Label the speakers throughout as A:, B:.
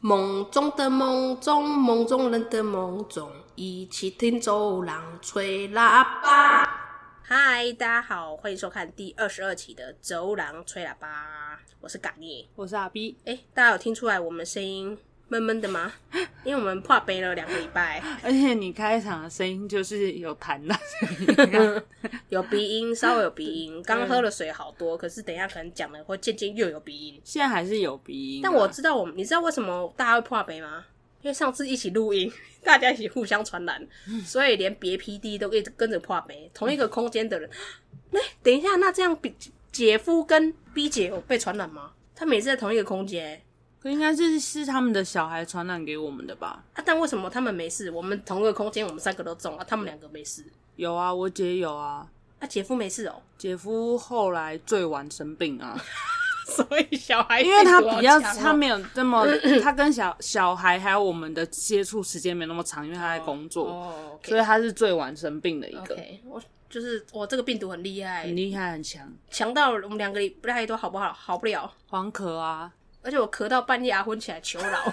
A: 梦中的梦中，梦中人的梦中，一起听走廊吹喇叭。嗨，大家好，欢迎收看第二十二期的《走廊吹喇叭》，我是嘎聂。
B: 我是阿 B，
A: 哎，大家有听出来我们声音闷闷的 吗？因为我们破杯了两个礼拜，
B: 而且你开场的声音就是有痰啊的声音，
A: 有鼻音，稍微有鼻音。刚喝了水好多，可是等一下可能讲的会渐渐又有鼻音。
B: 现在还是有鼻音啊。
A: 但我知道我们，你知道为什么大家会破杯吗？因为上次一起录音， 大家一起互相传染，所以连别 PD 都一直跟着破杯，同一个空间的人。 那、等一下，那这样比姐夫跟 B 姐有被传染吗？他每次在同一个空间
B: 可应该是是他们的小孩传染给我们的吧？
A: 啊，但为什么他们没事？我们同一个空间，我们三个都中啊，他们两个没事。
B: 有啊，我姐有啊，
A: 啊，姐夫没事哦，
B: 姐夫后来最晚生病 啊，
A: 所以小孩
B: 因为他
A: 病毒好
B: 比较
A: 强哦
B: 他没有这 么，他跟小小孩还有我们的接触时间没那么长，因为他在工作，
A: 哦
B: 所以他是最晚生病的一个，
A: ，OK，我就是我这个病毒很厉害
B: 很，厉害，很强，
A: 强到我们两个礼拜都好不好？好不了，
B: 黄壳啊，
A: 而且我咳到半夜啊，昏起来求饶，好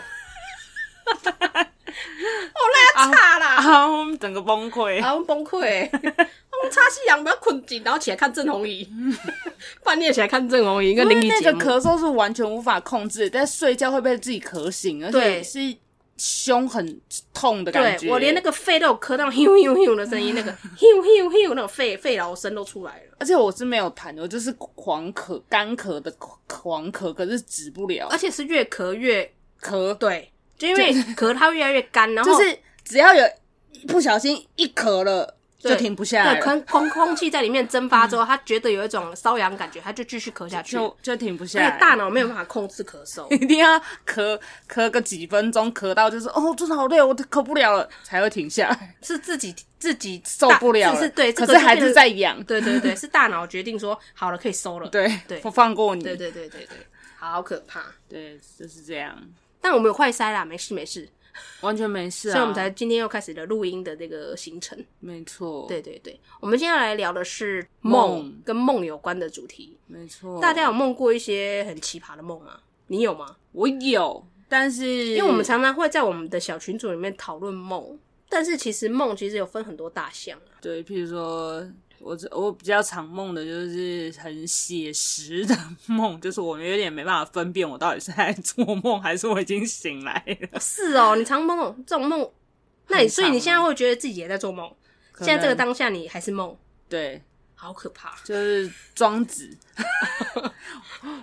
B: 啊
A: 差啦，
B: 啊，我们整个崩溃，
A: 啊，我崩溃欸，我们擦夕阳不要困紧，然后起来看郑红怡，半夜起来看郑红怡跟
B: 因
A: 林
B: 为
A: 怡
B: 那
A: 节
B: 个
A: 目，
B: 咳嗽是完全无法控制，在睡觉会被自己咳醒，而
A: 对
B: 且是胸很痛的感
A: 对
B: 觉。
A: 我连那，个肺都有咳到咻咻咻的声音，那个咻咻咻那种肺肺痨声都出来了。
B: 而且我是没有痰的，我就是狂咳，干咳的狂咳，可是止不了
A: 而且是越咳越
B: 啊咳，
A: 对，就因为咳它越来越干，然后
B: 就是只要有不小心一咳了，
A: 对
B: 就停不下来
A: 对
B: 了，
A: 空空空气在里面蒸发之后，它觉得有一种瘙痒感觉，它就继续咳下去。
B: 就就停不下
A: 而
B: 来，
A: 且。大脑没有办法控制咳嗽
B: 一定要咳咳个几分钟，咳到就是哦，真的好累，我都咳不了了，才会停下来，
A: 是自己自己
B: 受不了
A: 是
B: 了。
A: 是对，
B: 可
A: 这个
B: 是
A: 就
B: 还
A: 变
B: 是
A: 成
B: 在痒，
A: 对对对，是大脑决定说好了可以收了。
B: 对
A: 对
B: 不放过你，
A: 对对对对对，好可怕。
B: 对，就是这样，
A: 但我们有快塞啦，没事没事，
B: 完全没事啊。
A: 所以我们才今天又开始了录音的这个行程。
B: 没错，
A: 对，对对，我们今天要来聊的是
B: 梦哦
A: 梦跟梦有关的主题。
B: 没错。
A: 大家有梦过一些很奇葩的梦吗？你有吗？
B: 我有，但是因
A: 因为我们常常会在我们的小群组里面讨论梦，但是其实梦其实有分很多大项啊。
B: 对，譬如说我这我比较常梦的就是很写实的梦， 就是我有点没办法分辨我到底是在做梦还是我已经醒来了。
A: 是哦，你常梦哦这种梦，那你
B: 很
A: 所以你
B: 常
A: 现在会觉得自己也在做梦，
B: 可
A: 现在这个
B: 能
A: 当下你还是梦，
B: 对，
A: 好可怕。
B: 就是庄子。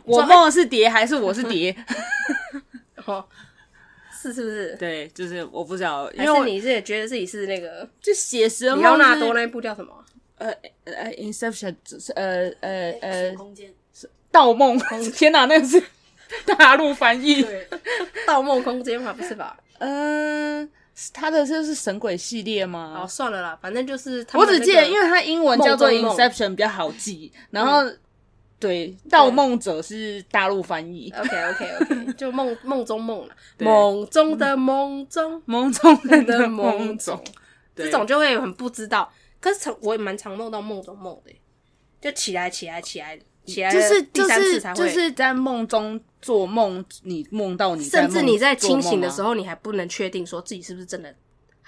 B: 我梦的是蝶还是我是蝶？
A: 哦，是是不是？
B: 对，就是我不知道，因
A: 还
B: 为我
A: 是你是也觉得自己是那个
B: 就写实的
A: 里奥
B: 梦
A: 纳多
B: 是
A: 那一部叫什么？
B: 呃呃呃 Inception，就是呃呃呃
C: 空间，
B: 盗 梦，天哪，那个是大陆翻译。
A: 对，《盗梦空间》嘛，不是吧？
B: 嗯，是他的就是神鬼系列
A: 哦，
B: 吗？
A: 算了啦，反正就是他
B: 我
A: 们那
B: 只
A: 个
B: 记得，因为它英文叫做
A: 梦中梦嗯
B: Inception 比较好记，然后对《盗梦者》是大陆翻译，
A: OK OK OK，就梦梦中梦啦，
B: 对
A: 梦中的梦中
B: 梦中人
A: 的
B: 的
A: 梦
B: 梦
A: 中
B: 中，，
A: 这
B: 对
A: 种就会很不知道。可是常我也蛮常梦到梦中梦的欸，就起来起来起来起来了，
B: 就是
A: 第
B: 就
A: 三次
B: 是
A: 才会，
B: 就是在梦中做梦，你梦到你在
A: 甚
B: 梦
A: 至你在清醒的
B: 做
A: 时
B: 梦啊，
A: 候，你还不能确定说自己是不是真的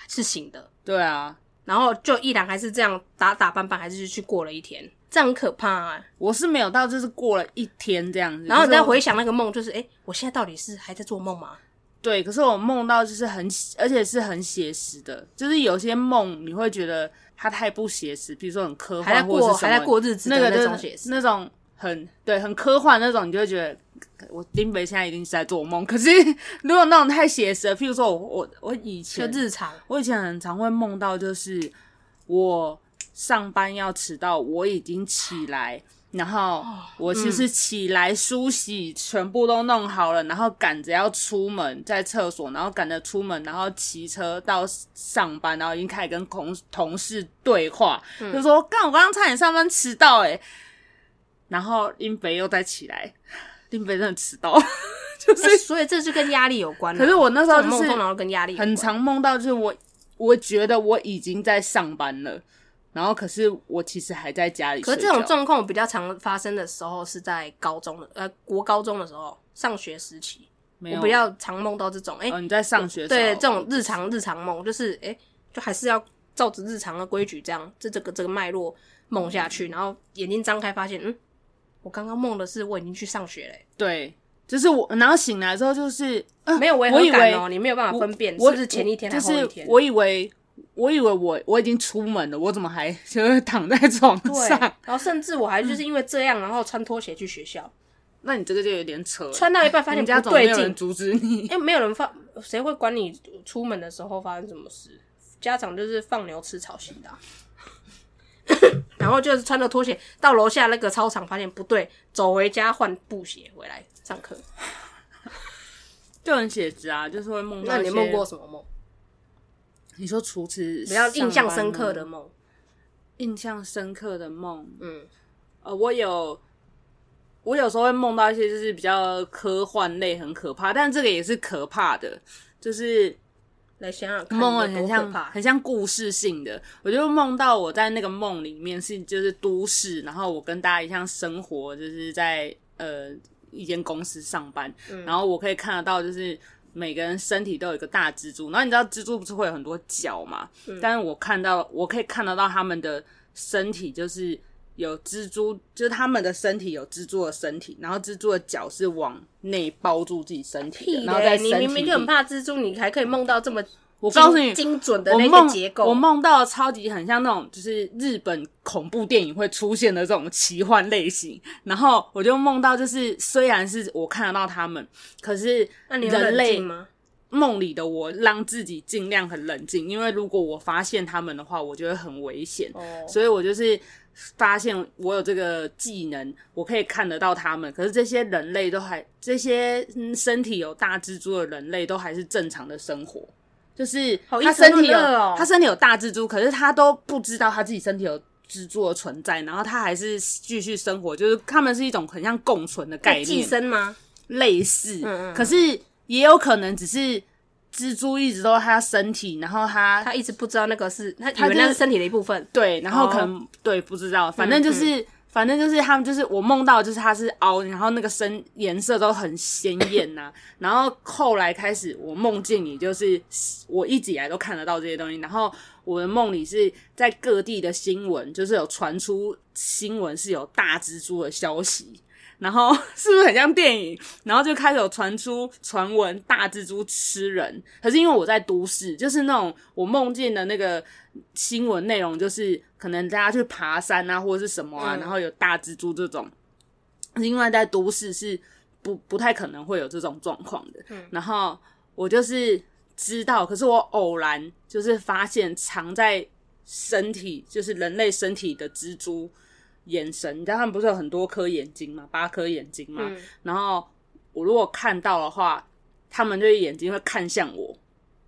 A: 是醒的。
B: 对啊，
A: 然后就依然还是这样打打扮扮，还是去过了一天，这样很可怕啊。
B: 我是没有到就是过了一天这样子，
A: 然后
B: 可
A: 你
B: 是
A: 再
B: 我
A: 回想那个梦，就是哎、诶我现在到底是还在做梦吗？
B: 对，可是我梦到就是很，而且是很写实的，就是有些梦你会觉得它太不写实，比如说很科
A: 还在
B: 幻或
A: 过
B: 者是什
A: 还
B: 么，
A: 在过日子的
B: 那个
A: 那
B: 就是
A: 种写实，
B: 那种很对很科幻那种，你就会觉得我丁北现在一定是在做梦。可是 如果那种太写实了，譬如说我我我以
A: 就
B: 前
A: 日常
B: 我以前很常会梦到，就是我上班要迟到，我已经起来，然后
A: 哦
B: 我
A: 嗯
B: 就是起来梳洗，全部都弄好了，然后赶着要出门，在厕所，然后赶着出门，然后骑车到上班，然后已经开始跟同同事对话，
A: 嗯
B: 就说：“干，我刚刚差点上班迟到哎、欸然后林北又再起来，林北真的迟到， 就是
A: 诶 所以这是跟压力有关啊。
B: 可是我那时
A: 这
B: 候
A: 种
B: 就
A: 梦
B: 是
A: 通常都跟压力有关
B: 很常梦到，就是我我觉得我已经在上班了，然后可是我其实还在家里
A: 可
B: 睡
A: 是
B: 觉。
A: 这种状况我比较常发生的时候是在高中的，呃，国高中的时候，上学时期，
B: 没
A: 我
B: 有
A: 比较常梦到这种，哎、
B: 哦，你在上学的时候
A: 对这种日常日常梦，就是哎、就还是要照着日常的规矩这样，这这个这个脉络梦下
B: 嗯
A: 去，然后眼睛张开发现，嗯，我刚刚梦的是我已经去上学嘞、
B: 对，就是我，然后醒来之后就是、啊
A: 没有违
B: 我
A: 和
B: 以
A: 感
B: 为
A: 哦、你没有办法分辨
B: 我
A: 是不是前一天还
B: 就是
A: 后一
B: 是
A: 天。
B: 我以为我以为我我已经出门了，我怎么还就是躺在床
A: 对，
B: 上？嗯
A: 然后甚至我还就是因为这样，然后穿拖鞋去学校，
B: 那你这个就有点扯了，
A: 穿到一半发现
B: 人家
A: 不
B: 总没
A: 对
B: 有人
A: 劲，
B: 阻止你。
A: 因为没有人发，谁会管你出门的时候发生什么事？家长就是放牛吃草型的啊、 然后就是穿着拖鞋到楼下那个操场，发现不对，走回家换布鞋回来上课。
B: 就很写实啊，就是会梦到。
A: 那你梦过？什么梦？
B: 你说除此
A: 比较印象深刻
B: 上班
A: 的
B: 吗，
A: 梦？
B: 印象深刻的梦，
A: 嗯，
B: 呃，我有。我有时候会梦到一些就是比较科幻类，很可怕，但这个也是可怕的，就是
A: 来想想看，
B: 梦啊
A: 有
B: 很
A: 多
B: 像
A: 可怕。
B: 很像故事性的，我就梦到我在那个梦里面是就是都市，然后我跟大家一样生活，就是在呃一间公司上班，
A: 嗯
B: 然后我可以看得到就是。每个人身体都有一个大蜘蛛，然后你知道蜘蛛不是会有很多脚嘛？
A: 嗯
B: 但是我看到，我可以看得到他们的身体，就是有蜘蛛，就是他们的身体有蜘蛛的身体，然后蜘蛛的脚是往内包住自己身体的，
A: 屁
B: 然后在
A: 嘞！
B: 身
A: 你
B: 体
A: 明明就很
B: 里
A: 怕蜘蛛，你还可以梦到这么
B: 我
A: 我
B: 告诉你，
A: 精准的
B: 我
A: 那
B: 梦
A: 个结构。
B: 我梦到超级很像那种就是日本恐怖电影会出现的这种奇幻类型，然后我就梦到就是虽然是我看得到他们，可是
A: 那你有冷
B: 人类
A: 静吗？
B: 梦里的我让自己尽量很冷静，因为如果我发现他们的话，我就会很危险。
A: 哦，
B: 所以我就是发现我有这个技能，我可以看得到他们。可是这些人类都还，这些嗯身体有大蜘蛛的人类都还是正常的生活，就是
A: 好
B: 他
A: 阴沉
B: 身体有、
A: 论哦
B: 他身体有大蜘蛛，可是他都不知道他自己身体有。蜘蛛的存在，然后他还是继续生活，就是他们是一种很像共存的概
A: 在
B: 念，
A: 寄生吗？
B: 类似，
A: 嗯嗯嗯
B: 可是也有可能只是蜘蛛一直都在他身体，然后他
A: 他一直不知道那个是他
B: 他
A: 以为
B: 就
A: 那
B: 是
A: 是身体的一部分。
B: 对，然后
A: 哦
B: 可能、对不知道，反正就是、反正就是他们就是我梦到就是他是凹，然后那个深颜色都很鲜艳呐、然后后来开始我梦见你，就是我一直以来都看得到这些东西，然后我的梦里是在各地的新闻，就是有传出新闻是有大蜘蛛的消息。然后 是不是很像电影？然后就开始有传出传闻大蜘蛛吃人，可是因为我在都市，就是那种我梦见的那个新闻内容，就是可能大家去爬山啊，或者是什么啊，
A: 嗯
B: 然后有大蜘蛛这种，因为在都市是不不太可能会有这种状况的。然后我就是知道，可是我偶然就是发现藏在身体，就是人类身体的蜘蛛眼神，你知道他们不是有很多颗眼睛吗？八颗眼睛吗？
A: 嗯，
B: 然后我如果看到的话，他们就是眼睛会看向我，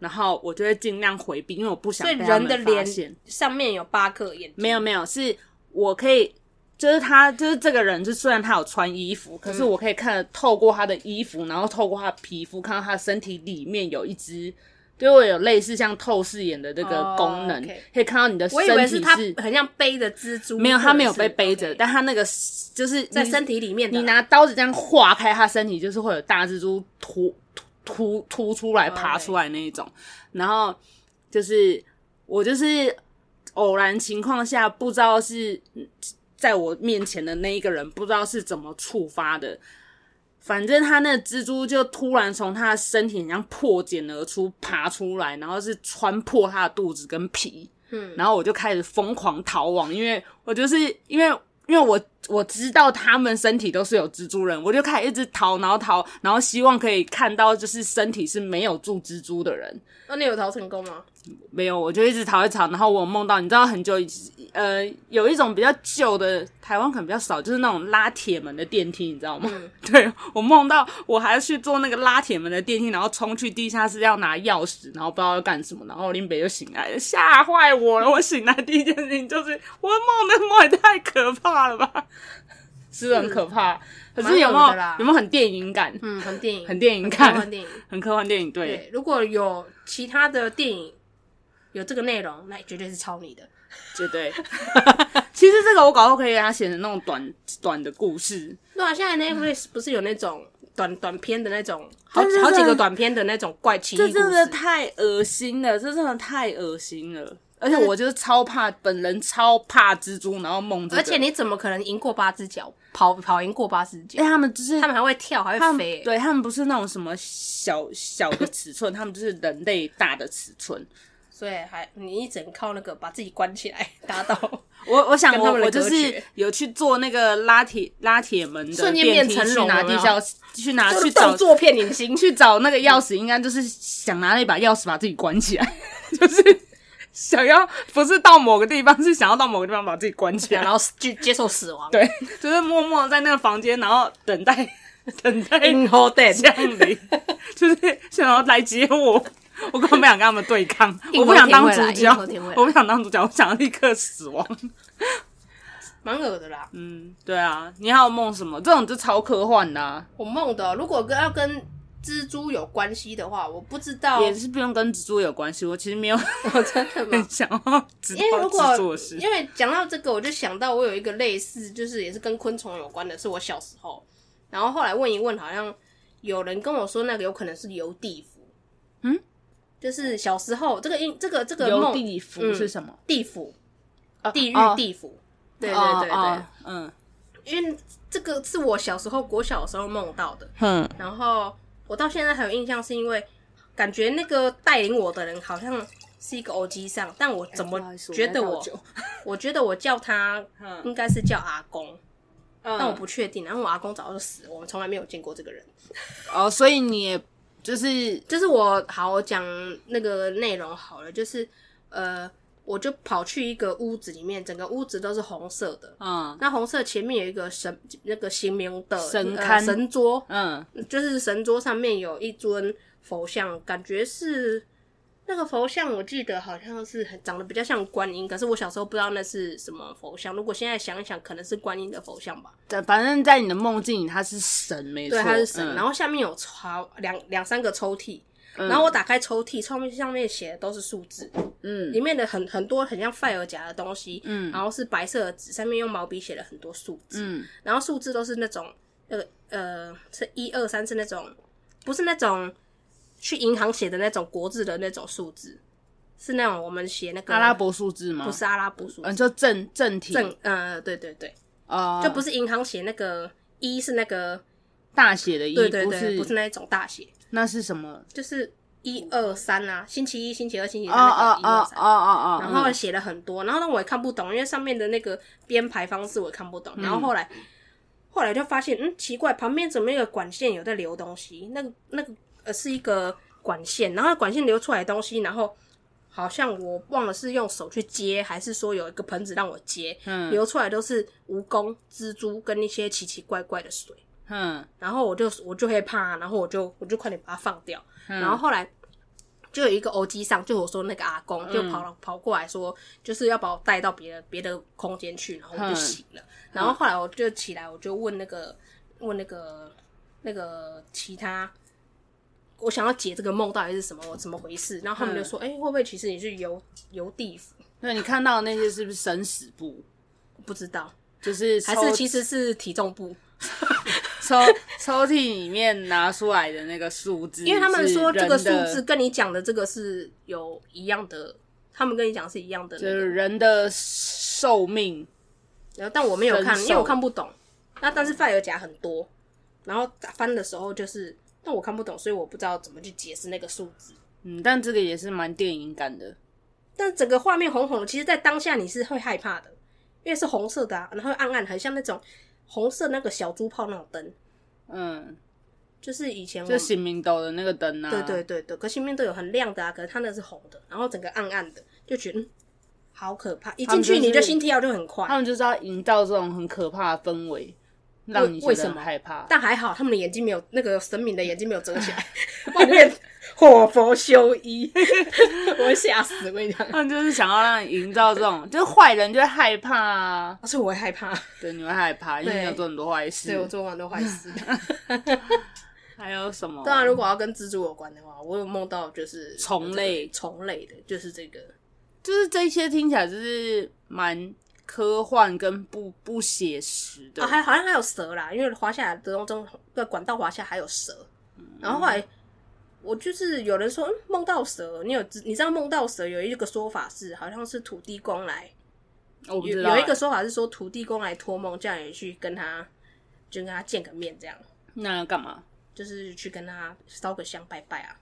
B: 然后我就会尽量回避，因为我不想
A: 所以
B: 被他
A: 人
B: 们
A: 的
B: 发现
A: 脸。上面有八颗眼睛。
B: 没有没有，是我可以，就是他，就是这个人，就虽然他有穿衣服，可是我可以看得透过他的衣服，然后透过他的皮肤，看到他的身体里面有一只，就会有类似像透视眼的这个
A: 哦
B: 功能，
A: OK
B: 可以看到你的身
A: 我
B: 体
A: 以
B: 是
A: 为是他很像背着蜘蛛，
B: 没有，他没有
A: 或
B: 被
A: 者是
B: 背着
A: OK
B: 但他那个就是
A: 欸在
B: 你
A: 身体里面的。
B: 你拿刀子这样划开它身体，就是会有大蜘蛛突突突突出来、爬出来那一种。然后就是我就是偶然情况下，不知道是在我面前的那一个人，不知道是怎么触发的。反正他那蜘蛛就突然从他的身体上破茧而出，爬出来，然后是穿破他的肚子跟皮。
A: 嗯
B: 然后我就开始疯狂逃亡，因为我就是因为因为我我知道他们身体都是有蜘蛛人，我就开始一直逃，然后逃，然后希望可以看到就是身体是没有住蜘蛛的人。
A: 那哦你有逃成功吗？
B: 没有，我就一直逃一直逃，然后我梦到，你知道很久以呃有一种比较旧的台湾可能比较少，就是那种拉铁门的电梯，你知道吗？
A: 嗯
B: 对我梦到我还要去坐那个拉铁门的电梯，然后冲去地下室要拿钥匙，然后不知道要干什么，然后林北就醒来了，吓坏我了。我醒来第一件事情就是我梦的梦也太可怕了吧，是不是很可怕，可是有没
A: 蛮狠嗯
B: 有
A: 的啦
B: 有没有很电影感？
A: 嗯，很电影，
B: 很电影
A: 科幻
B: 感，
A: 电影。
B: 很科幻电影，对。
A: 对，如果有其他的电影有这个内容，那绝对是抄你的。
B: 绝 对。其实这个我搞不好可以给它写成那种短短的故事，嗯
A: 对啊，现在 Netflix 不是有那种短短片的那种，好
B: 对对对
A: 好几个短片的那种怪奇异故
B: 这
A: 事。
B: 真的太恶心了，这真的太恶心了。而且我就是超怕，本人超怕蜘蛛，然后梦这个。
A: 而且，你怎么可能赢过八只脚？跑跑赢过八只脚
B: 哎、？他们就是
A: 他们还会跳，还
B: 他
A: 会
B: 们
A: 飞、
B: 对他们不是那种什么小小的尺 寸，他们就是人类大的尺寸。
A: 所以还你一整靠那个把自己关起来打 倒，
B: 我我想
A: 跟
B: 我
A: 他们的
B: 我就
A: 隔
B: 是
A: 绝
B: 有去做那个拉铁拉铁门的
A: 瞬间
B: 电
A: 变
B: 梯
A: 成
B: 去
A: 龙
B: 拿
A: 有没
B: 地
A: 有
B: 下去拿
A: 就是
B: 啊去
A: 动
B: 找
A: 作片影星，
B: 去找那个钥匙，应该就是想拿那把钥匙把自己关起来， 就是想要不是到某个地方，是想要到某个地方把自己关起 来。
A: 然后去接受死亡。
B: 对，就是默默地在那个房间，然后等待 等待
A: In hold dead，
B: 降临，就是想要来接我。 我根本不想跟他们对抗，
A: 硬
B: 我
A: 核
B: 不想当主
A: 田未
B: 角
A: 来硬核田未，来
B: 我不想当主角，我想要立刻死 亡。
A: 蛮恶的啦。
B: 嗯，对啊，你还有梦什么？这种就超科幻的、啊，
A: 我梦的，哦如果跟要跟蜘蛛有关系的话，我不知道，
B: 也是不用跟蜘蛛有关系。我其实没有
A: 哦真 的吗
B: 很？想要知道
A: 因为如 果
B: 蜘蛛的事。
A: 因为讲到这个，我就想到我有一个类似，就是也是跟昆虫有关的，是我小时候，然后后来问一问，好像有人跟我说那个有可能是游地府，
B: 嗯，
A: 就是小时候这个因这个这个
B: 游
A: 梦
B: 地府是什么？
A: 地府地狱
B: 哦
A: 地府，对
B: 对
A: 对对对，
B: 嗯
A: 因为这个是我小时候国小的时候梦到的，
B: 哼，
A: 然后我到现在还有印象，是因为感觉那个带领我的人好像是一个欧机上，但我怎么觉得我？我觉得我叫他
B: 嗯
A: 应该是叫阿公，但
B: 但
A: 我不确定。然后我阿公早就死了，我们从来没有见过这个人。
B: 哦，所以你也就是
A: 就是我好，我讲那个内容好了，就是呃，我就跑去一个屋子里面，整个屋子都是红色的。
B: 嗯
A: 那红色前面有一个神，那个神明的
B: 神
A: 呃
B: 龛
A: 神桌，
B: 嗯
A: 就是神桌上面有一尊佛像，感觉是那个佛像，我记得好像是很长得比较像观音，可是我小时候不知道那是什么佛像。如果现在想一想，可能是观音的佛像吧。
B: 对，反正在你的梦境里他是神，没错，
A: 对，它是神。
B: 嗯
A: 然后下面有朝两两三个抽屉，
B: 嗯
A: 然后我打开抽屉，上面上面写的都是数字，
B: 嗯
A: 里面的很很多很像塞尔夹的东西，
B: 嗯
A: 然后是白色的纸，上面用毛笔写了很多数字，
B: 嗯
A: 然后数字都是那种呃呃是一二三是那种不是那种去银行写的那种国字的那种数字，是那种我们写那个
B: 阿拉伯数字吗？
A: 不是阿拉伯数字
B: 嗯，就正正体
A: 正呃对对对，
B: 啊，
A: 就不
B: 是
A: 是银行写那个一是那个
B: 大写的一，
A: 对对对，
B: 是
A: 不是那一种大写，
B: 那是什么？
A: 就是一二三啊，星期一、星期二、星期
B: 哦
A: 三那
B: 哦
A: 个一二
B: 哦
A: 三
B: 哦。哦哦，
A: 然后
B: 嗯
A: 写了很多，然后呢我也看不懂，因为上面的那个编排方式我也看不懂。
B: 嗯
A: 然后后来，后来就发现，嗯，奇怪，旁边怎么有个管线有在流东西？那个那个呃是一个管线，然后管线流出来的东西，然后好像我忘了是用手去接，还是说有一个盆子让我接，
B: 嗯
A: 流出来都是蜈蚣、蜘蛛跟一些奇奇怪怪的水。
B: 嗯
A: 然后我就我就会怕，然后我就我就快点把它放掉。
B: 嗯
A: 然后后来就有一个欧机上，就我说那个阿公就跑了、跑过来说，就是要把我带到别的别的空间去，然后我就醒了。然后后来我就起来，我就问那个问那个那个其他。我想要解这个梦到底是什么，我怎么回事？然后他们就说：“哎、会不会其实你是游游地府？
B: 对你看到的那些是不是生死簿？
A: 不知道，
B: 就是
A: 还
B: 抽
A: 是其实是体重部？
B: 抽抽屉里面拿出来的那个数字，
A: 因为他们说这个
B: 是
A: 数
B: 人的
A: 字跟你讲的这个是有一样的，他们跟你讲是一样的、那
B: 就
A: 个
B: 是人的寿命，
A: 然后但我没有看
B: 伸，手
A: 因为我看不懂。那但是范尔夹很多，然后翻的时候就是，但我看不懂，所以我不知道怎么去解释那个数字。
B: 嗯，但这个也是蛮电影感的，
A: 但整个画面红红的，其实，在当下你是会害怕的，因为是红色的、啊，然后暗暗，很像那种红色那个小猪泡那种灯，
B: 嗯，
A: 就是以前我
B: 就醒明斗的那个灯啊，
A: 对对对对，可是面都有很亮的啊，可是它那是红的，然后整个暗暗的，就觉得、嗯、好可怕。一
B: 他们
A: 进
B: 就是
A: 去你就心跳就很快，
B: 他们就是要营造这种很可怕的氛围，让你觉
A: 为
B: 得
A: 什
B: 很
A: 么
B: 害 怕。
A: 但还好他们的眼睛没有那个神明的眼睛没有遮 起来，外面火佛修一，我会吓死！我跟你讲，
B: 他们就是想要让你营造这种， 就是坏人就会害怕啊，
A: 而且我会害怕，
B: 对，你会害怕，因为
A: 对
B: 你有做很多坏
A: 所以我
B: 事。
A: 做完都坏 事。
B: 还有什么？
A: 当然，如果要跟蜘蛛有关的话，我有梦到就是
B: 虫类
A: 虫类的，就是这个
B: 就是这些听起来就是蛮科幻跟不不写实的
A: 啊，。还好像还有蛇啦，因为滑下来的中中的管道滑下还有蛇，
B: 嗯
A: 然后后来我就是有人说嗯梦到蛇，你有知你知道梦到蛇有一个说法是好像是土地公来，
B: 我不
A: 有
B: 知道
A: 有
B: 欸、
A: 一个说法是说土地公来托梦叫你去跟他就跟他见个面这样，
B: 那要干嘛？
A: 就是去跟他烧个香拜拜啊，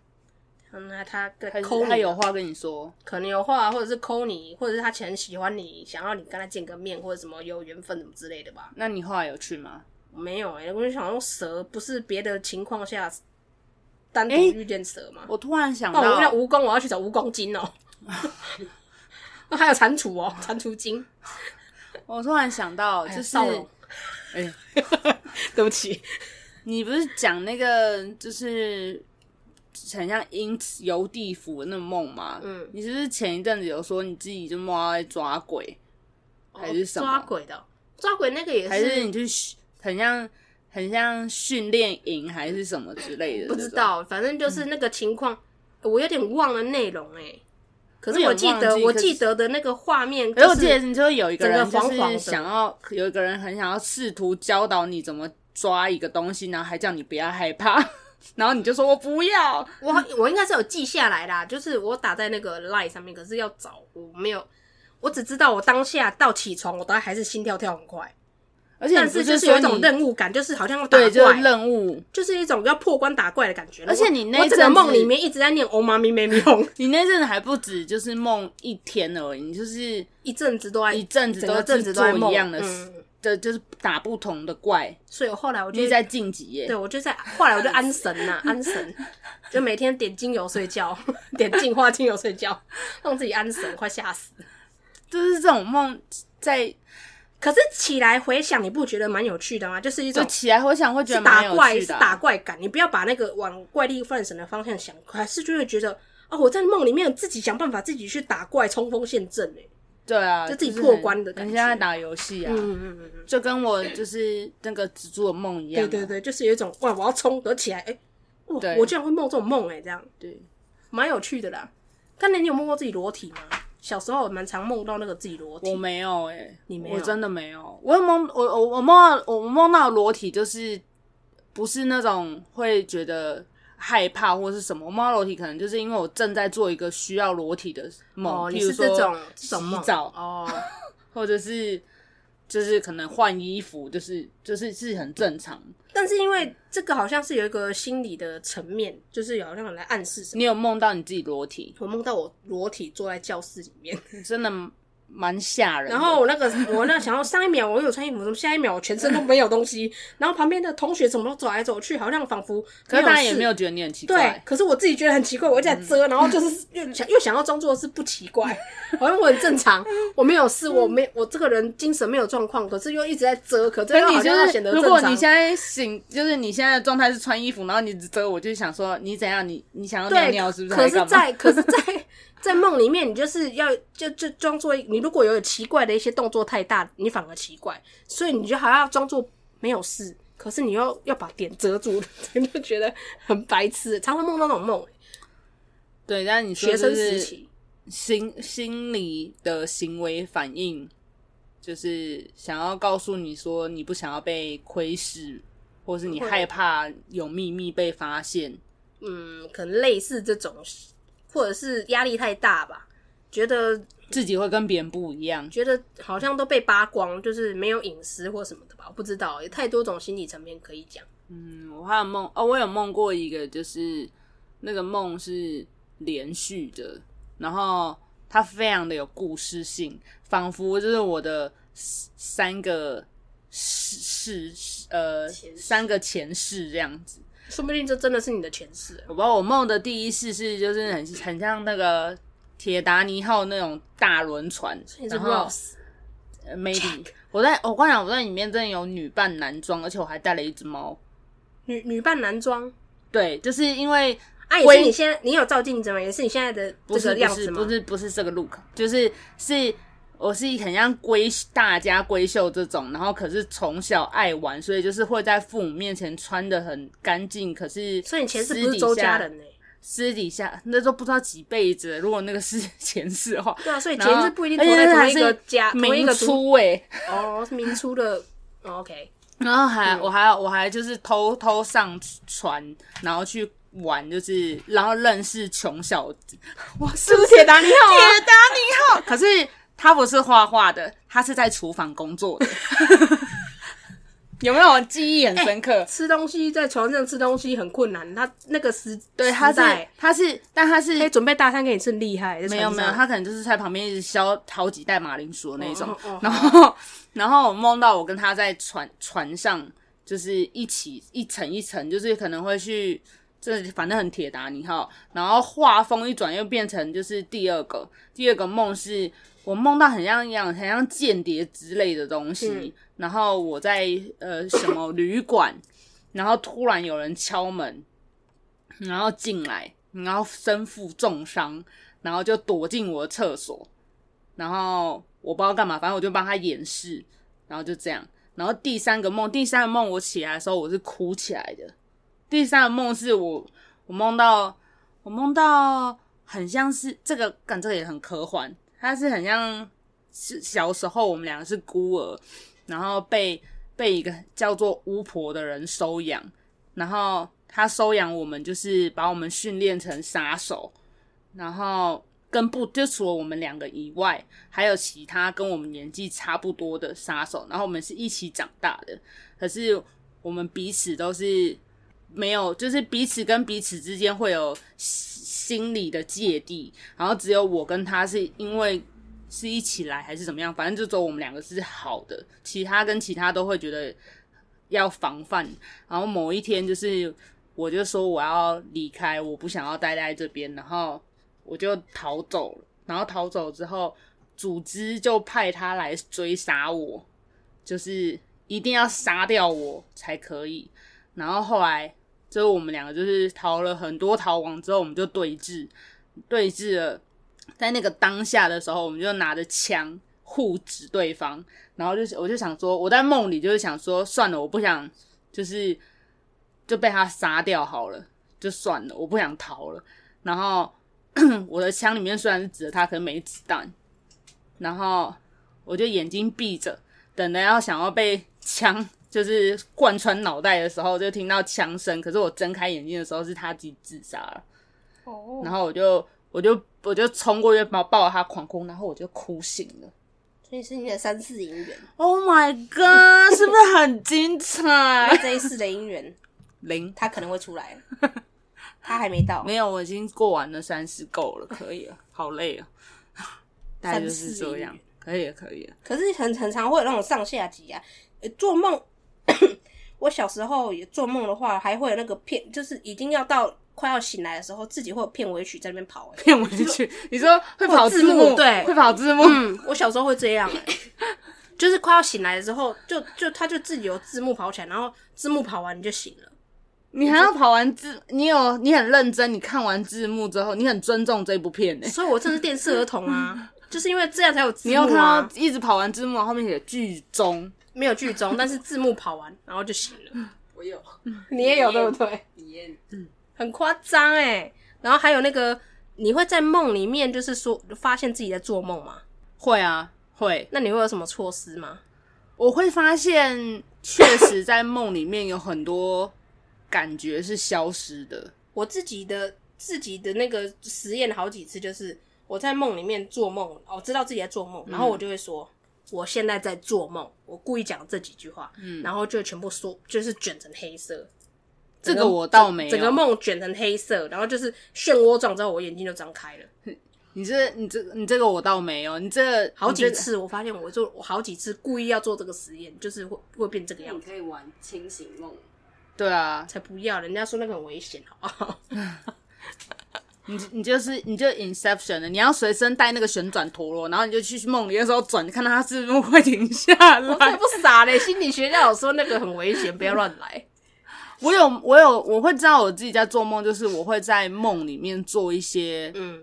A: 嗯那他
B: 还
A: 对
B: 是
A: 抠
B: 他
A: 你
B: 有话跟你说？
A: 可能有话，或者是抠你，或者是他很喜欢你，想要你跟他见个面，或者什么有缘分什么之类的吧。
B: 那你后来有去吗？
A: 没有哎、我就想用蛇，不是别的情况下单独
B: 欸
A: 遇见蛇吗？
B: 我突然想
A: 那我遇到
B: 到，
A: 蜈蚣，我要去找蜈蚣精哦、 那还有蟾蜍哦、蟾蜍精，
B: 我突然想到，
A: 哎呀
B: 就是
A: 少龙，
B: 哎、
A: 对不起，
B: 你不是讲那个就是很像阴游地府的那种梦吗？
A: 嗯，
B: 你是不是前一阵子有说你自己就梦到在抓鬼，还是什么
A: 抓鬼的哦、抓鬼那个也
B: 还是你去训很像很像训练营还是什么之类的？
A: 不知。道，反正就是那个情况，我有点忘了内容哎、可是
B: 我也
A: 我记
B: 忘
A: 得，
B: 记
A: 我
B: 可
A: 记
B: 是哎
A: 得的那个画面、
B: 可是我
A: 就是
B: 记得你就有一个人
A: 整
B: 就
A: 个黄黄
B: 是
A: 的
B: 想要有一个人很想要试图教导你怎么抓一个东西，然后还叫你不要害怕， 然后你就说我不要，
A: 我我应该是有记下来啦，就是我打在那个 line 上面，可是要找我没有，我只知道我当下到起床，我大概还是心跳跳很快，
B: 而且你
A: 但
B: 不
A: 是
B: 是
A: 就是
B: 说
A: 有一种
B: 你
A: 任务感，就是好像要打
B: 对，就是
A: 怪，
B: 任务。
A: 就是一种要破关打怪的感觉。
B: 而且你那
A: 我我整个
B: 阵子
A: 梦里面一直在念 “Oh my m y m
B: 你那阵子还不止就是梦一天而已，你就是
A: 一阵子都在
B: 一阵
A: 哎
B: 子
A: 整
B: 都
A: 个阵子
B: 是
A: 都在
B: 做
A: 梦
B: 一样的事，
A: 嗯，
B: 的就是打不同的怪，
A: 所以我后来我
B: 就
A: 就是
B: 在晋级
A: 对
B: 耶。
A: 我就在后来我就安神呐、安神，就每天点精油睡觉， 点净化精油睡觉，让自己安神，快吓死。
B: 就是这种梦，在
A: 可是起来回想，你不觉得蛮有趣的吗？就是一
B: 就
A: 种
B: 起来回想会觉
A: 是
B: 得蛮
A: 打
B: 有
A: 怪
B: 趣
A: 是
B: 的啊、
A: 打怪感，你不要把那个往怪力乱神的方向想，还是就会觉得哦，我在梦里面自己想办法，自己去打怪，冲锋陷阵哎、
B: 对啊，
A: 就自己
B: 是
A: 破关的感
B: 很
A: 觉
B: 像在打游戏啊，
A: 嗯嗯嗯嗯，
B: 就跟我就是那个蜘蛛的梦一样、
A: 对
B: 啊。
A: 对对，就是有一种哇，我要冲得起来哎、哇
B: 对
A: 我居然会梦这种梦哎、这样
B: 对
A: 蛮有趣的啦。刚才你有梦过自己裸体吗？小时候我蛮常梦到那个自己裸
B: 我
A: 体，
B: 没有哎、
A: 你没有
B: 我真的没有。我有梦，我我我梦到我梦到裸体，就是不是那种会觉得害怕或是什么。我梦到裸体，可能就是因为我正在做一个需要裸体的梦，
A: 哦，你
B: 譬如
A: 是
B: 说
A: 这种这种梦
B: 洗澡，
A: 哦，
B: 或者是就是可能换衣服，就是就是是很正常。
A: 但是因为这个好像是有一个心理的层面，就是好像有来暗示什么。
B: 你有梦到你自己裸体，
A: 我梦到我裸体坐在教室里面，
B: 真的蛮吓人的。
A: 然后我那个我那想要上一秒我有穿衣服，怎么下一秒我全身都没有东西？然后旁边的同学怎么都走来走去，好像仿佛
B: 可是大家也
A: 事
B: 没有觉得你很奇
A: 对
B: 怪，，嗯
A: 可是我自己觉得很奇怪，我一直在遮，然后就是又想又想要装作是不奇怪，好像我很正常，我没有事，我没我这个人精神没有状况，可是又一直在遮，可是
B: 可
A: 又
B: 是你
A: 好
B: 就
A: 像要
B: 是
A: 显，得
B: 如
A: 正
B: 果
A: 常
B: 你。现在醒，就是你现在的状态是穿衣服，然后你只遮，我就想说你怎样，你你想要尿
A: 对，
B: 尿是不是？
A: 可
B: 还
A: 是
B: 干嘛？
A: 在，可是在在梦里面，你就是要就就装作一你如果有奇怪的一些动作太大，你反而奇怪，所以你就还要装作没有事，可是你又要把点遮住， 你就觉得很白痴，欸常会梦到那种梦。
B: 对，但是你说
A: 学
B: 就
A: 生时
B: 是
A: 期，
B: 心心理的行为反应，就是想要告诉你说你不想要被窥视，或是你
A: 会
B: 害怕有秘密被发现。
A: 嗯，可能类似这种，或者是压力太大吧，觉得
B: 自己会跟别人不一样，
A: 觉得好像都被扒光，就是没有隐私或什么的吧，我不知道，欸有太多种心理层面可以讲。
B: 嗯，我还有梦哦，我有梦过一个，就是那个梦是连续的，然后它非常的有故事性，仿佛就是我的三个世世呃
A: 前世
B: 三个前世这样子。
A: 说不定这真的是你的前世，欸
B: 我不知道我梦的第一世是就是很很像那个铁达尼号那种大轮船
A: 所以，你是
B: 然后
A: Rose。
B: 呃 maybe 我在我跟你讲我在里面真的有女扮男装，而且我还带了一只猫。
A: 女女扮男装。
B: 对，就是因为
A: 啊，也
B: 龟
A: 是你现在你有照镜子吗？也是你现在的
B: 不
A: 这
B: 是
A: 个
B: 不
A: 样子
B: 是
A: 吗？
B: 不是不是这个 look，就是是我是很像闺大家闺秀这种，然后可是从小爱玩，所以就是会在父母面前穿的很干净，可是
A: 所以你前世
B: 私
A: 不是
B: 底
A: 周
B: 下
A: 家人呢、
B: 私底下那都不知道几辈子了，如果那个是 前世的话，
A: 对啊，所以节
B: 然后
A: 日不一定
B: 而
A: 都
B: 且
A: 在
B: 那
A: 同
B: 还
A: 一个
B: 是
A: 家，同一
B: 明
A: 个族
B: 初哎，
A: 哦，是明初的。哦 OK，
B: 然后还、
A: 嗯
B: 我还我还就是偷偷上船，然后去玩，就是然后认识穷小子，哇，是不是
A: 铁达尼号啊
B: 铁达尼号，可是他不是画画的，他是在厨房工作的。有没有记忆很深刻？
A: 吃东西在船上吃东西很困难，他那个时
B: 对，他
A: 时
B: 是
A: 代
B: 他是，但他是
A: 可以准备大餐给你吃，厉害。
B: 没有没有，他可能就是在旁边一直削好几袋马铃薯的那种。
A: 哦哦哦
B: 然后然后我梦到我跟他在船船上，就是一起一层一层，就是可能会去。这反正很铁达尼号，然后画风一转又变成就是第二个，第二个梦是我梦到很像一样很像间谍之类的东西，
A: 嗯
B: 然后我在呃什么旅馆，然后突然有人敲门，然后进来，然后身负重伤，然后就躲进我的厕所，然后我不知道干嘛，反正我就帮他掩饰，然后就这样。然后第三个梦，第三个梦我起来的时候我是哭起来的。第三个梦是我我梦到我梦到很像是这个，感这个也很科幻，它是很像是小时候我们两个是孤儿，然后被被一个叫做巫婆的人收养，然后他收养我们，就是把我们训练成杀手，然后跟不就除了我们两个以外，还有其他跟我们年纪差不多的杀手，然后我们是一起长大的，可是我们彼此都是没有，就是彼此跟彼此之间会有心心理的芥蒂，然后只有我跟他是因为。是一起来还是怎么样？反正就只有我们两个是好的，其他跟其他都会觉得要防范。然后某一天，就是我就说我要离开，我不想要待在这边，然后我就逃走了。然后逃走之后，组织就派他来追杀我，就是一定要杀掉我才可以。然后后来，就是我们两个就是逃了很多逃亡之后，我们就对峙，对峙了。在那个当下的时候，我们就拿着枪互指对方，然后就是我就想说，我在梦里就是想说，算了，我不想就是就被他杀掉好了，就算了，我不想逃了。然后 我的枪里面虽然是指着他，可是没子弹，然后我就眼睛闭着，等着要想要被枪。 就是贯穿脑袋的时候，就听到枪声。可是我睁开眼睛的时候，是他自己自杀了。
A: 哦
B: 然后我就我就我就冲过去抱抱他狂哭，然后我就哭醒了。
A: 所以是你的三世姻 缘，
B: Oh my god，是不是很 精彩？
A: 这一世的姻缘，
B: 零
A: 他可能会出来了，他还没到
B: 没有，我已经过完了三十够了，可以了，好累啊， 大概就是这样，可以了，可以了。
A: 可是很很常会有那种上下集啊，呃做梦。 我小时候也做梦的话，还会有那个片，就是已经要到快要醒来的时候，自己会有片尾曲在那边跑、欸。
B: 骗我一句，你说会跑字
A: 会有字幕对
B: 会跑字幕，
A: 嗯，我小时候会这 样、欸，就是快要醒来的时候，就就他就自己有字幕跑起来，然后字幕跑完你就醒了。
B: 你还要跑完字，你有你很认真，你看完字幕之后，你很尊重这部片呢、
A: 所以我这是电视儿童 啊，就是因为这样才有字
B: 你
A: 幕
B: 有看
A: 啊，
B: 到一直跑完字幕，然后后面写剧中，
A: 没有剧中，但是字幕跑完然后就醒了。
C: 我有
A: 你也有对不对？
C: 体验，
A: 很夸张哎。然后还有那个，你会在梦里面就是说发现自己在做梦吗？
B: 会啊会，
A: 那你会有什么措施吗？
B: 我会发现，确实在梦里面有很多感觉是消失的。
A: 我自己的自己的那个实验好几次，就是我在梦里面做梦，哦我知道自己在做梦，然后我就会说。我现在在做梦，我故意讲这几句话，然后就全部说，就是卷成黑色。
B: 这个我倒没有。
A: 整个，梦卷成黑色，然后就是漩涡状之后，我眼睛就张开了。
B: 你这、你这、你这个我倒没有。你这
A: 好
B: 你
A: 几
B: 这
A: 次，我发现我做我好几次故意要做这个实验，就是会会变这个
C: 那
A: 样
C: 你
A: 子，
C: 可以玩清醒梦，
B: 对啊，
A: 才不要。人家说那个很危险，好不好？
B: 你你就是你就 Inception 了。你要随身带那个旋转陀螺，然后你就去梦里的时候转，看到它是不是会停下
A: 我才
B: 来。
A: 不傻 嘞！心理学家有说那个很危险，不要乱来。
B: 我有我有我会知道我自己在做梦，就是我会在梦里面做一些
A: 嗯，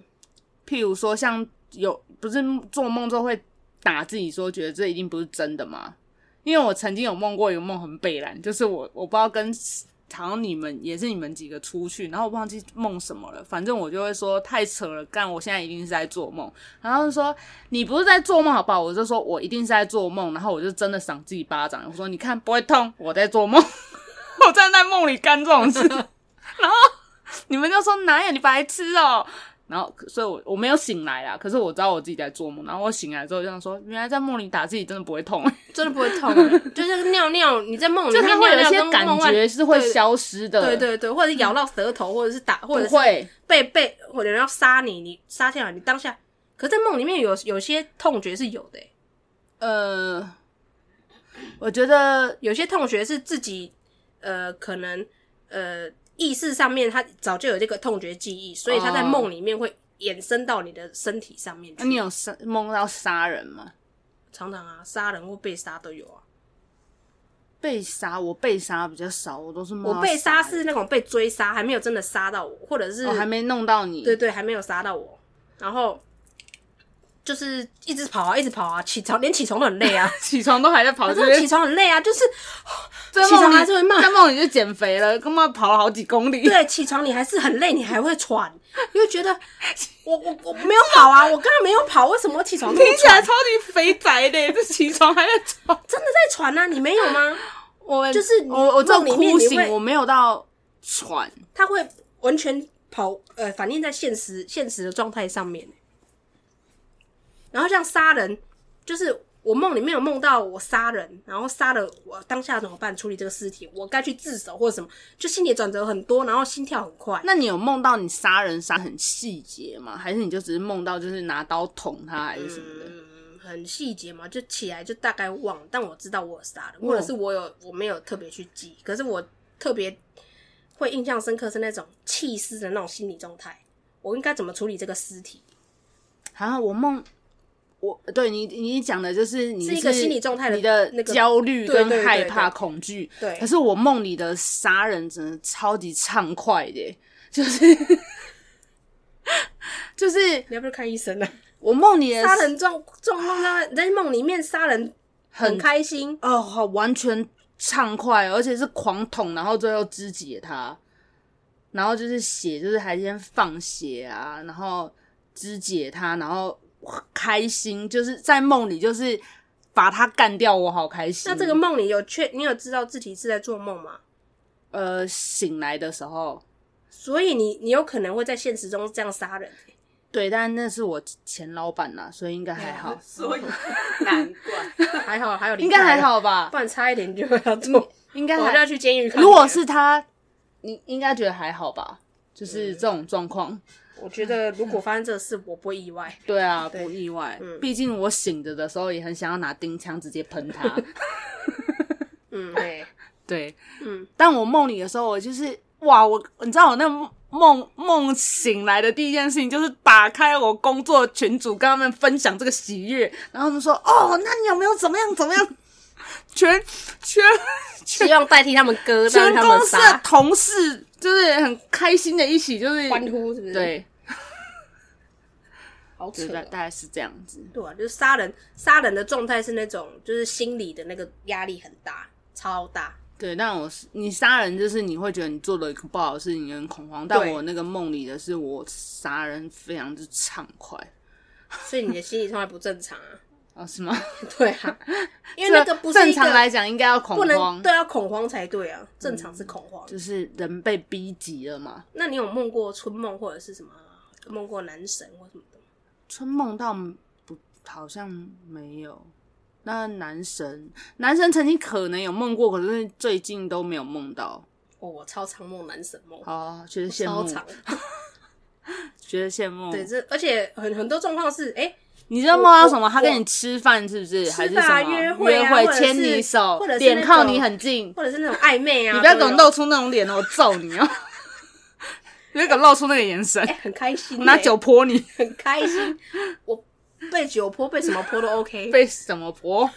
B: 譬如说像有不是做梦之后会打自己说觉得这一定不是真的吗？因为我曾经有梦过一个梦很北蓝，就是我我不知道跟好像你们也是你们几个出去，然后我忘记梦什么了，反正我就会说太扯了，干，我现在一定是在做梦。然后就说你不是在做梦好不好？我就说我一定是在做梦，然后我就真的赏自己巴掌，我说你看不会痛，我在做梦， 我真的在梦里干这种事。 然后你们就说哪有你白痴哦、然后，所以我我没有醒来啦，可是我知道我自己在做梦。然后我醒来之后就想说，原来在梦里打自己真的不会痛、
A: 真的不会痛、 欸，就是尿尿，你在梦里
B: 就
A: 面
B: 它会
A: 尿
B: 有一
A: 尿
B: 些
A: 跟
B: 感
A: 梦外
B: 觉是会消失的。
A: 对对对，或者是咬到舌头，或者是打，或者
B: 不
A: 是
B: 会，
A: 被被或者人要杀你，你杀掉你当下，可在梦里面有有些痛觉是有的、欸，
B: 呃，我觉得
A: 有些痛觉是自己呃可能呃意识上面他早就有这个痛觉记忆，所以他在
B: 哦
A: 梦里面会延伸到你的身体上面
B: 那、
A: 去。
B: 你有杀梦到杀人吗？
A: 常常啊，杀人或被杀都有啊。
B: 被杀，我被杀比较少，我都是梦到
A: 我被杀
B: 人
A: 是那种被追杀，还没有真的杀到我，或者是、
B: 哦、还没弄到你。
A: 对对，还没有杀到我，然后就是一直跑啊，一直跑啊，起床连起床都很 累啊，
B: 起床都还在跑，
A: 我
B: 这
A: 真的起床很累啊，就是
B: 在
A: 起床
B: 梦里
A: 还是会骂
B: 在梦里就减肥了，他妈跑了好几公里。
A: 对起床你还是很累，你还会喘，你会觉得我我我没有跑啊，我刚刚没有跑，为什么我起床这么
B: 听起来
A: 喘
B: 超级肥宅的，这起床还在喘。
A: 真的在喘啊？你没有吗？
B: 我
A: 就是你
B: 我我这
A: 梦里面
B: 哭
A: 你会
B: 醒，我没有到喘，
A: 他会完全跑呃反映在现实现实的状态上面。然后像杀人，就是我梦里面有梦到我杀人，然后杀了我当下怎么办处理这个尸体？我该去自首或者什么？就心理转折很多，然后心跳很快。
B: 那你有梦到你杀人杀很细节吗？还是你就只是梦到就是拿刀捅他还是什么的？
A: 嗯，很细节嘛，就起来就大概忘，但我知道我有杀
B: 哦
A: 人，或者是我有我没有特别去记，可是我特别会印象深刻是那种弃尸的那种心理状态，我应该怎么处理这个尸体？
B: 好啊像我梦。我对你，你讲的就是你
A: 是一个心理状态的
B: 你的
A: 那个
B: 焦虑
A: 对对对
B: 跟害
A: 对
B: 怕、
A: 对
B: 恐惧。
A: 对
B: 可是我梦里的杀人真的超级畅快的耶，就是 就是
A: 你要不要看医生呢、
B: 我梦里的
A: 杀人状状况下，在梦里面杀人很开心，
B: 哦，好完全畅快，而且是狂捅，然后最后肢解他，然后就是血，就是还先放血啊，然后肢解他，然后开心，就是在梦里就是把他干掉，我好开心。
A: 那这个梦里有确你有知道自己是在做梦吗？
B: 呃，醒来的时候，
A: 所以你你有可能会在现实中这样杀人，
B: 对，但那是我前老板啦，所以应该还好，
C: 所以 难怪
A: 还好还有
B: 应该还，好吧，
A: 不然差一点你就会要做，
B: 应
A: 我
B: 该
A: 就
B: 还
A: 要。去监狱看你了。
B: 如果是他，你应该觉得还好吧？就是
C: 嗯
B: 这种状况。
A: 我觉得如果发生这个事，我不会意外。
B: 对啊，
A: 对嗯
B: 不意外。毕竟我醒着的时候也很想要拿钉枪直接喷 他。
A: 嗯，对，
B: 对，
A: 嗯，
B: 但我梦里的时候，我就是哇，我你知道我那梦梦醒来的第一件事情就是打开我工作群组，跟他们分享这个喜悦，然后他们说：“哦，那你有没有怎么样怎么样？” 全全
A: 希望代替他们哥，
B: 全
A: 让他
B: 公
A: 们
B: 司的
A: 杀，
B: 同事就是很开心的一起就是
A: 欢呼是不是？，
B: 对，
A: 好扯
B: 就大
A: 哦。
B: 大概是这样子。
A: 对啊，就是杀人，杀人的状态是那种，就是心理的那个压力很大，超大。
B: 对，但我是你杀人，就是你会觉得你做了一个不好的事情，你很恐慌。但
A: 对
B: 我那个梦里的是，我杀人非常之畅快
A: 所以你的心理状态不正常啊。
B: 哦，是吗？
A: 对啊， 因为那个不是
B: 正
A: 一个
B: 常来讲应该要恐
A: 不能
B: 慌，
A: 对，要恐慌才对啊，正常是恐慌。
B: 就是人被逼急了嘛。
A: 那你有梦过春梦或者是什么梦过男神或什么的吗？
B: 春梦到不好像没有。那男神，男神曾经可能有梦过，可是最近都没有梦到。
A: 哦，我超常梦男神梦，
B: 哦，觉得羡
A: 超
B: 慕，
A: 常。
B: 觉得羡慕。
A: 对，这而且很很多状况是，哎、
B: 你知道梦到什么？
A: 我
B: 他跟你吃饭是不是？还是
A: 吃饭啊
B: 什么
A: 约会啊或者是
B: 牵你手
A: 或者，是那
B: 脸靠
A: 种
B: 你很近。
A: 或者是那种暧昧啊，
B: 你不要给我
A: 都有
B: 露出那种脸哦，我揍你哦！ 你不要给我露出那个眼神，
A: 哎、很开心、
B: 我拿
A: 欸
B: 酒泼你，
A: 很开心，我被酒泼，被什么泼都 OK，
B: 被什么泼？啊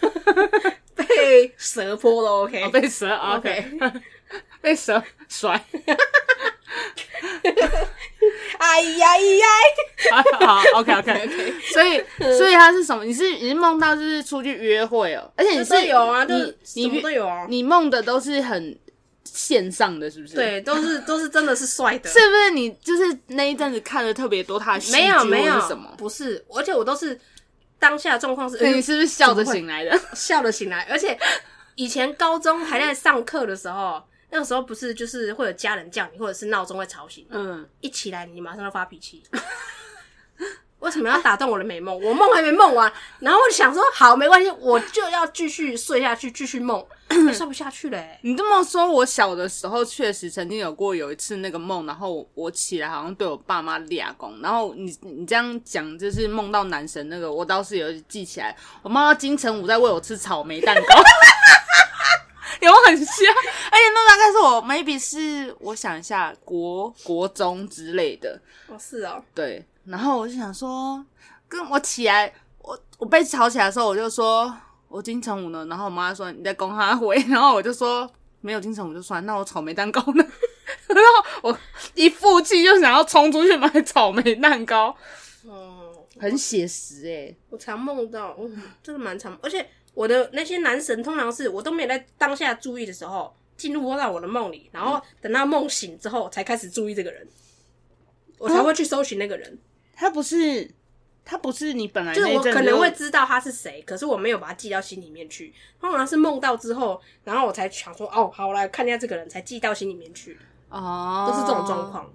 A: 被蛇泼都 OK，、
B: 被蛇啊
A: OK
B: 被蛇甩。
A: 哎呀哎呀，
B: 好，OK OK。所以，所以他是什么？你是你是梦到就是出去约会哦，而且你
A: 就是
B: 是
A: 有啊，就
B: 你
A: 是什么
B: 你
A: 都有啊，
B: 你梦的都是很线上的，是不是？，
A: 对，都是都是真的是帅的，
B: 是不是你就是那一阵子看的特别多他的戏
A: 没有
B: 剧
A: 没
B: 或
A: 有
B: 是什么？
A: 不是，而且我都是当下状况是，
B: 对
A: 嗯
B: 你是不是笑着
A: 怎么会
B: 醒来的？
A: 笑了醒来。而且以前高中还在上课的时候，那个时候不是就是会有家人叫你，或者是闹钟会吵醒你，
B: 嗯，
A: 一起来你马上就发脾气。 为什么要打断我的美梦？我 梦还没梦完，然后我就想说，好，没关系，我就要继续睡下去，继续 梦，睡不下去了、欸。
B: 你这么说，我小的时候确实曾经有过有一次那个梦，然后我起来好像对我爸妈俩公，然后你你这样讲就是梦到男神那个，我倒是有记起来，我梦到金城武在喂我吃草莓蛋糕， 有没有很像？而且那大概是我 maybe 是我想一下国国中之类的，
A: 哦，是哦，
B: 对，然后我就想说，跟我起来，我我被吵起来的时候，我就说我金城武呢，然后我妈说你在攻他回，然后我就说没有金城武就算，那我草莓蛋糕呢？ 然后我一负气就想要冲出去买草莓蛋糕，
A: 哦，
B: 很写实哎、
A: 我常梦到，嗯，真的蛮常，而且我的那些男神通常是我都没有在当下注意的时候进入到我的梦里，然后等到梦醒之后才开始注意这个人，我才会去搜寻那个人，
B: 他不是他不是你本来
A: 就是
B: 那
A: 我
B: 阵
A: 可
B: 子
A: 能会
B: 就
A: 知道他是谁，可是我没有把他记到心里面去，通常是梦到之后，然后我才想说，哦，好，我来看一下这个人，才记到心里面去，
B: 哦，
A: 都是这种状。况。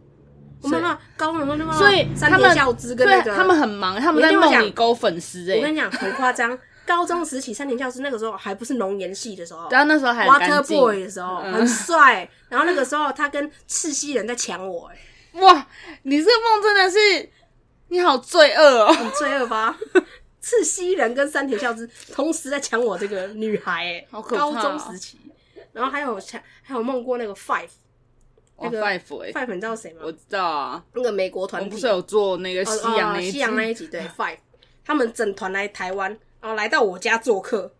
A: 我梦到高中的时候就梦到
B: 所以
A: 三
B: 他
A: 田
B: 们
A: 孝之跟那
B: 对
A: 个
B: 他们很忙，他们
A: 你
B: 在
A: 听我
B: 梦里
A: 讲
B: 勾粉丝哎、
A: 我跟你讲，很夸张。高中时期，三田教师那个时候还不是浓颜系的时候，
B: 然后那时候还很干
A: Water
B: 净
A: Boy 的时候
B: 嗯
A: 很帅，然后那个时候他跟赤西仁在抢我、欸，
B: 哇，你这个梦真的是，你好罪恶哦！
A: 很罪恶 吧？赤西仁跟山田孝之同时在抢我这个女孩、欸，
B: 好可怕哦
A: 高中时期，然后还有抢，还有梦过那个 Five
B: 我
A: 那个
B: five 哎、
A: Five，你知道谁吗
B: 我？知道啊，嗯
A: 那个美国
B: 我
A: 团
B: 们不
A: 体
B: 是，有做那个
A: 哦
B: 夕阳
A: 哦
B: 那一
A: 西洋那
B: 集，啊
A: 一集，对 Five，他们整团来台湾，然后来到我家做客。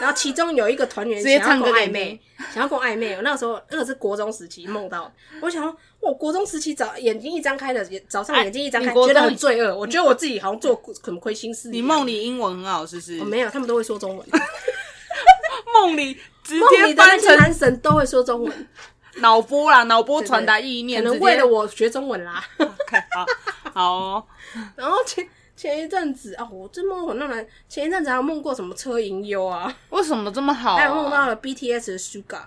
A: 然后其中有一个团员
B: 直接
A: 想
B: 唱
A: 要跟
B: 歌
A: 我
B: 给
A: 暧
B: 你
A: 昧，想要跟我暧昧。我那个时候那个是国中时期梦到的，我想说，我国中时期早眼睛一张开的，也早上
B: 哎
A: 眼睛一张开，
B: 你国中
A: 觉得很罪恶。我觉得我自己好像做什么亏心事一
B: 你
A: 样。
B: 梦里英文很好，是不是？
A: 哦没有，他们都会说 中文，
B: 梦里直
A: 梦
B: 接
A: 里的那
B: 翻
A: 些
B: 成
A: 男神都会说中文，
B: 脑波啦，脑波传达意
A: 可
B: 念，
A: 能为了
B: 我。
A: 我学中文啦。
B: OK，好，好哦，
A: 然后前前一阵子啊，我这梦很让人，前一阵子还有梦过什么车银优啊，
B: 为什么这么好、啊？
A: 还有梦到了 BTS 的 Suga。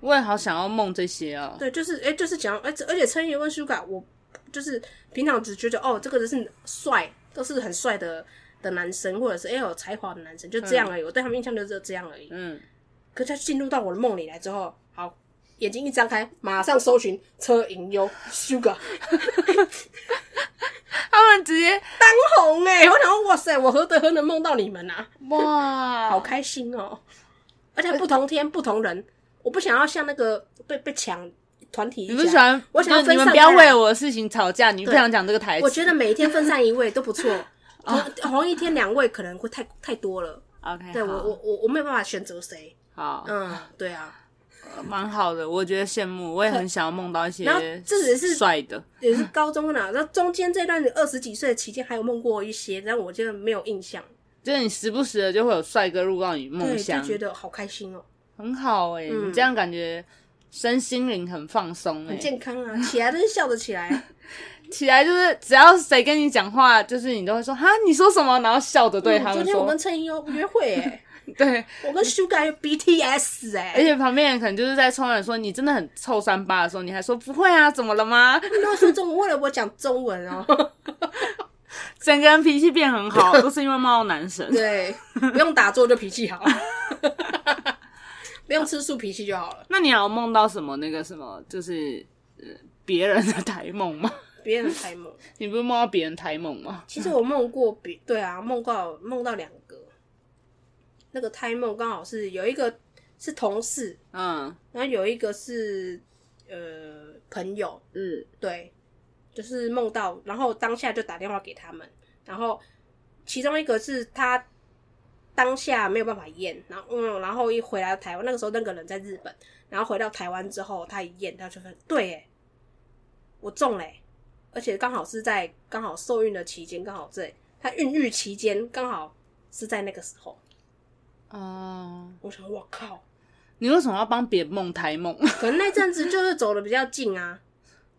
B: 我也好想要梦这些哦。
A: 对，就是哎、就是讲，哎、这而且陈宇跟 Suga，我就是平常只觉得哦，这个人是帅，都是很帅的的男生，或者是哎、有才华的男生，就这样而已。我对他们印象就是这样而已。
B: 嗯，
A: 可是他进入到我的梦里来之后，好，眼睛一张开，马上搜寻车银优 Suga
B: 他们直接
A: 当红
B: 欸
A: 哎、我想说哇塞，我何德何能梦到你们啊，
B: 哇，
A: 好开心哦！而且不同天不同人，我不想要像那个被被抢团体一
B: 你不
A: 家
B: 喜欢？
A: 我想要
B: 就你
A: 分
B: 们
A: 散
B: 不要
A: 开来
B: 为我的事情吵架，你不想讲这个台词？
A: 我觉得每一天分散一位都不 错，同同一天两位可能会太太多了。
B: OK，
A: 对我
B: 好哦
A: 我我我没有办法选择谁。
B: 好，
A: 嗯，对啊，
B: 蛮好的，我觉得羡慕，我也很想要梦到一些
A: 然后这只是
B: 帅的，
A: 也是高中啦，那中间这段二十几岁的期间还有梦过一些，但我就没有印象。
B: 就是你时不时的就会有帅哥入到你梦
A: 对，就
B: 乡，
A: 觉得好开心哦，
B: 很好哎、
A: 嗯
B: 你这样感觉身心灵很放松哎、
A: 很健康啊，起来都是笑着起来。
B: 起来就是只要谁跟你讲话，就是你都会说哈你说什么，然后笑着对
A: 嗯
B: 他
A: 昨
B: 们
A: 天我
B: 说，
A: 跟陈莹优约会哎，
B: 对，
A: 我跟 Sugar 有 BTS
B: 而
A: 哎，
B: 且旁边人可能就是在冲人说你真的很臭三八的时候，你还说不会啊，怎么了吗？
A: 他们都会说中文，为了我讲中文哦。
B: 整个人脾气变很好，都是因为梦到男神。
A: 对，不用打坐就脾气好，不用吃素脾气就好了。
B: 那你还有梦到什么那个什么，就是呃别人的 台梦吗？
A: 别人才猛。
B: 你不是梦到别人抬梦吗？
A: 其实我梦过比对啊，梦到梦到两个，那个胎梦刚好是有一个是同事，
B: 嗯
A: 然后有一个是呃朋友，
B: 嗯，
A: 对，就是梦到，然后当下就打电话给他们，然后其中一个是他当下没有办法验，然后嗯，然后一回来台湾，那个时候那个人在日本，然后回到台湾之后，他一验，他就说对，哎，我中嘞、而且刚好是在刚好受孕的期间，刚好在他孕育期间，刚好是在那个时候，
B: 哦，
A: 我想我靠，
B: 你为什么要帮别人梦台 梦？
A: 可能那阵子就是走的比较近啊，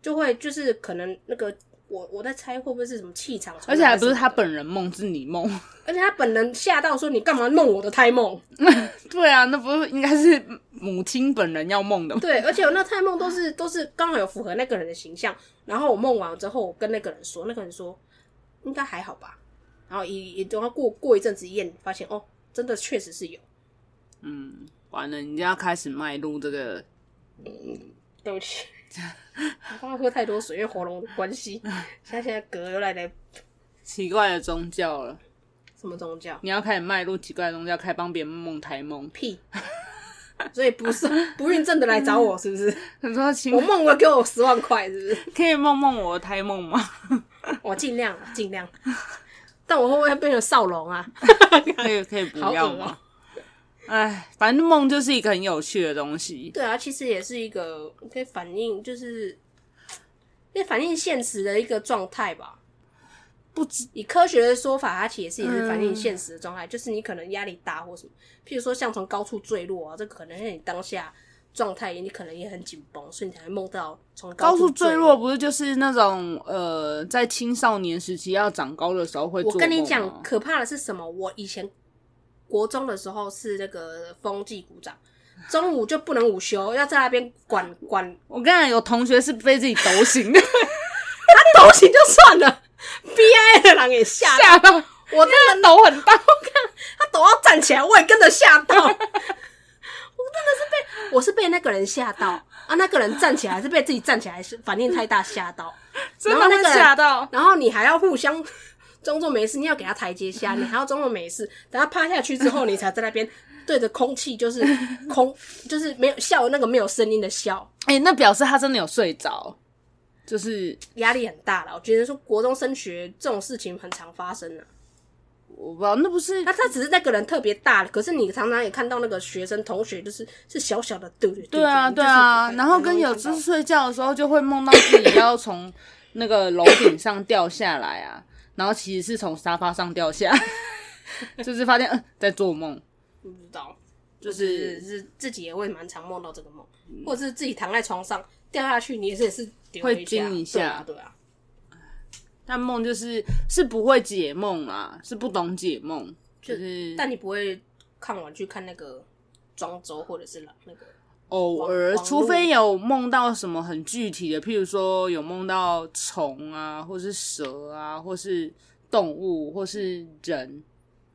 A: 就会就是可能那个我我在猜会不会是什么气场传
B: 而
A: 染什么的，
B: 且还不是他本人梦，是你梦。
A: 而且他本人吓到说：“你干嘛弄我的胎梦
B: 对啊，那不是应该是母亲本人要梦的？”吗？
A: 对，而且我那胎梦都是都是刚好有符合那个人的形象。然后我梦完之后，我跟那个人说，那个人说应该还好吧。然后一一等到过过一阵子一验，发现哦，真的确实是有。
B: 嗯，完了，你就要开始迈入这个
A: 对不 起，我刚刚喝太多水，因为喉咙的关系。现在现在嗝又来了
B: 奇怪的宗教了。
A: 什么宗教？
B: 你要开始迈入奇怪的宗教，开始帮别人梦台梦。
A: 屁！ 所以不是不孕症的来找我，是不 是？
B: 他说：“请
A: 我梦了给我十万块，是不是？
B: 可以梦梦我的胎梦 吗？
A: 我尽量啊尽量，但我会不会变成少龙啊？
B: 可以可以不要
A: 好恶
B: 吗
A: 哦？”
B: 哎，反正梦就是一个很有趣的东西。
A: 对啊，其实也是一个可以反映，就是可以反映现实的一个状态吧。
B: 不知
A: 以科学的说法，它其实也是反映现实的状态，就是你可能压力大或什么，譬如说像从高处坠落啊，这可能是你当下状态，你可能也很紧绷，所以你才会梦到从
B: 高
A: 处
B: 速坠落。不是就是那种呃，在青少年时期要长高的时候会做
A: 我跟你
B: 梦吗
A: 讲，可怕的是什么？我以前国中的时候是那个风纪股长，中午就不能午休，要在那边管管
B: 我跟你讲，有同学是被自己抖 醒的，
A: 头型就算了，B I 的人也吓到，
B: 吓到我那个抖很大。
A: 他抖要站起来，我也跟着吓到。 我真的是被，我是被那个人吓到啊！那个人站起来是被自己站起来是反应太大吓到，
B: 真的会吓到
A: 然后你还要互相装作没事，你要给他台阶下，你还要装作没事，等他趴下去之后，你才在那边对着空气 就是空，就是没有笑那个没有声音的笑，
B: 哎、那表示他真的有睡着，就是
A: 压力很大了。我觉得说国中升学这种事情很常发生啊。
B: 我不知道，那不是
A: 那他只是那个人特别大，可是你常常也看到那个学生同学就是是小小的，对对
B: 对啊对啊。然后跟有次睡觉的时候，就会梦到自己要从那个楼顶上掉下来啊，然后其实是从沙发上掉下， 就是发现、呃、在做梦，
A: 不知
B: 嗯
A: 道，
B: 就
A: 就是
B: 是
A: 是自己也会蛮常梦到这个梦，或者是自己躺在床上掉下去，你也是也是丢了
B: 嗯会惊一
A: 下，对
B: 下
A: 啊对啊，
B: 但梦就是是不会解梦啦，是不懂解梦，就是
A: 但你不会看完去看那个庄周或者是那个
B: 偶
A: 网
B: 尔，
A: 网
B: 除
A: 络
B: 非有梦到什么很具体的，譬如说有梦到虫啊，或是蛇啊，或是动物，或是人。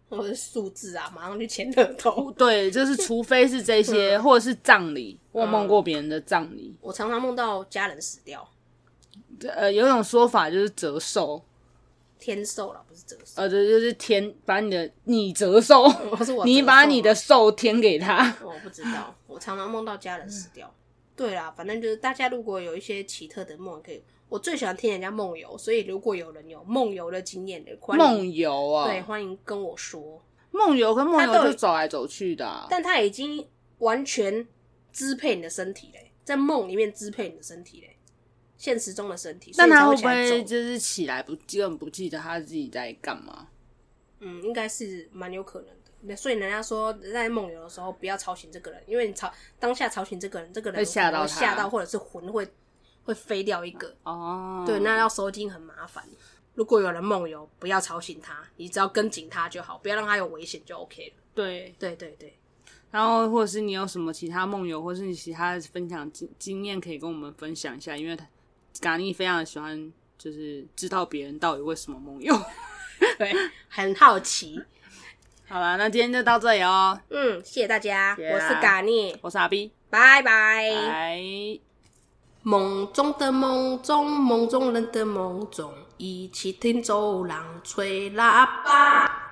A: 或者是数字啊，马上去签乐透。
B: 对，就是除非是这
A: 嗯
B: 些，或者是葬礼。我有梦过别人的葬礼，
A: 我常常梦到家人死掉，
B: 呃，有一种说法就是折寿，
A: 天寿了，不是折寿，
B: 呃，这就是天把你的你折寿，
A: 我是哦我
B: 呃 你
A: 折
B: 把
A: 寿
B: 你
A: 吗
B: 的寿添给他。
A: 我不知道，我常常梦到家人死掉。对啦，反正就是大家如果有一些奇特的梦，可以。我最喜欢听人家梦游，所以如果有人有梦游的经验的，欢迎
B: 梦游
A: 对
B: 啊，
A: 欢迎跟我说。
B: 梦游跟梦
A: 他
B: 游
A: 都有
B: 就走来走去的啊、
A: 但他已经完全支配你的身体嘞，在梦里面支配你的身体嘞，现实中的身体。所
B: 但
A: 以才
B: 他会
A: 会
B: 不
A: 起来
B: 会
A: 走
B: 就是起来不根本不记得他自己在干嘛？
A: 嗯，应该是蛮有可能的。那所以人家说，在梦游的时候不要吵醒这个人，因为你吵当下吵醒这个人，这个人
B: 会吓到
A: 可能
B: 他
A: 会吓到或者是魂会会飞掉一个。
B: 哦，
A: 对，那要收金很麻烦。如果有人梦游，不要吵醒他，你只要跟紧他就好，不要让他有危险就 OK 了。
B: 对，
A: 对对对，
B: 然后或者是你有什么其他梦游，或是你其他分享经经验可以跟我们分享一下，因为他咖喱非常喜欢就是知道别人到底为什么梦游。
A: 对，很好奇。
B: 好啦，那今天就到这里哦，
A: 嗯，谢谢大家，
B: 谢啊
A: 我是嘎聂，
B: 我是阿 B，
A: 拜拜。
B: 拜。
A: 梦中的梦中，梦中人的梦中，一起听走廊吹喇叭。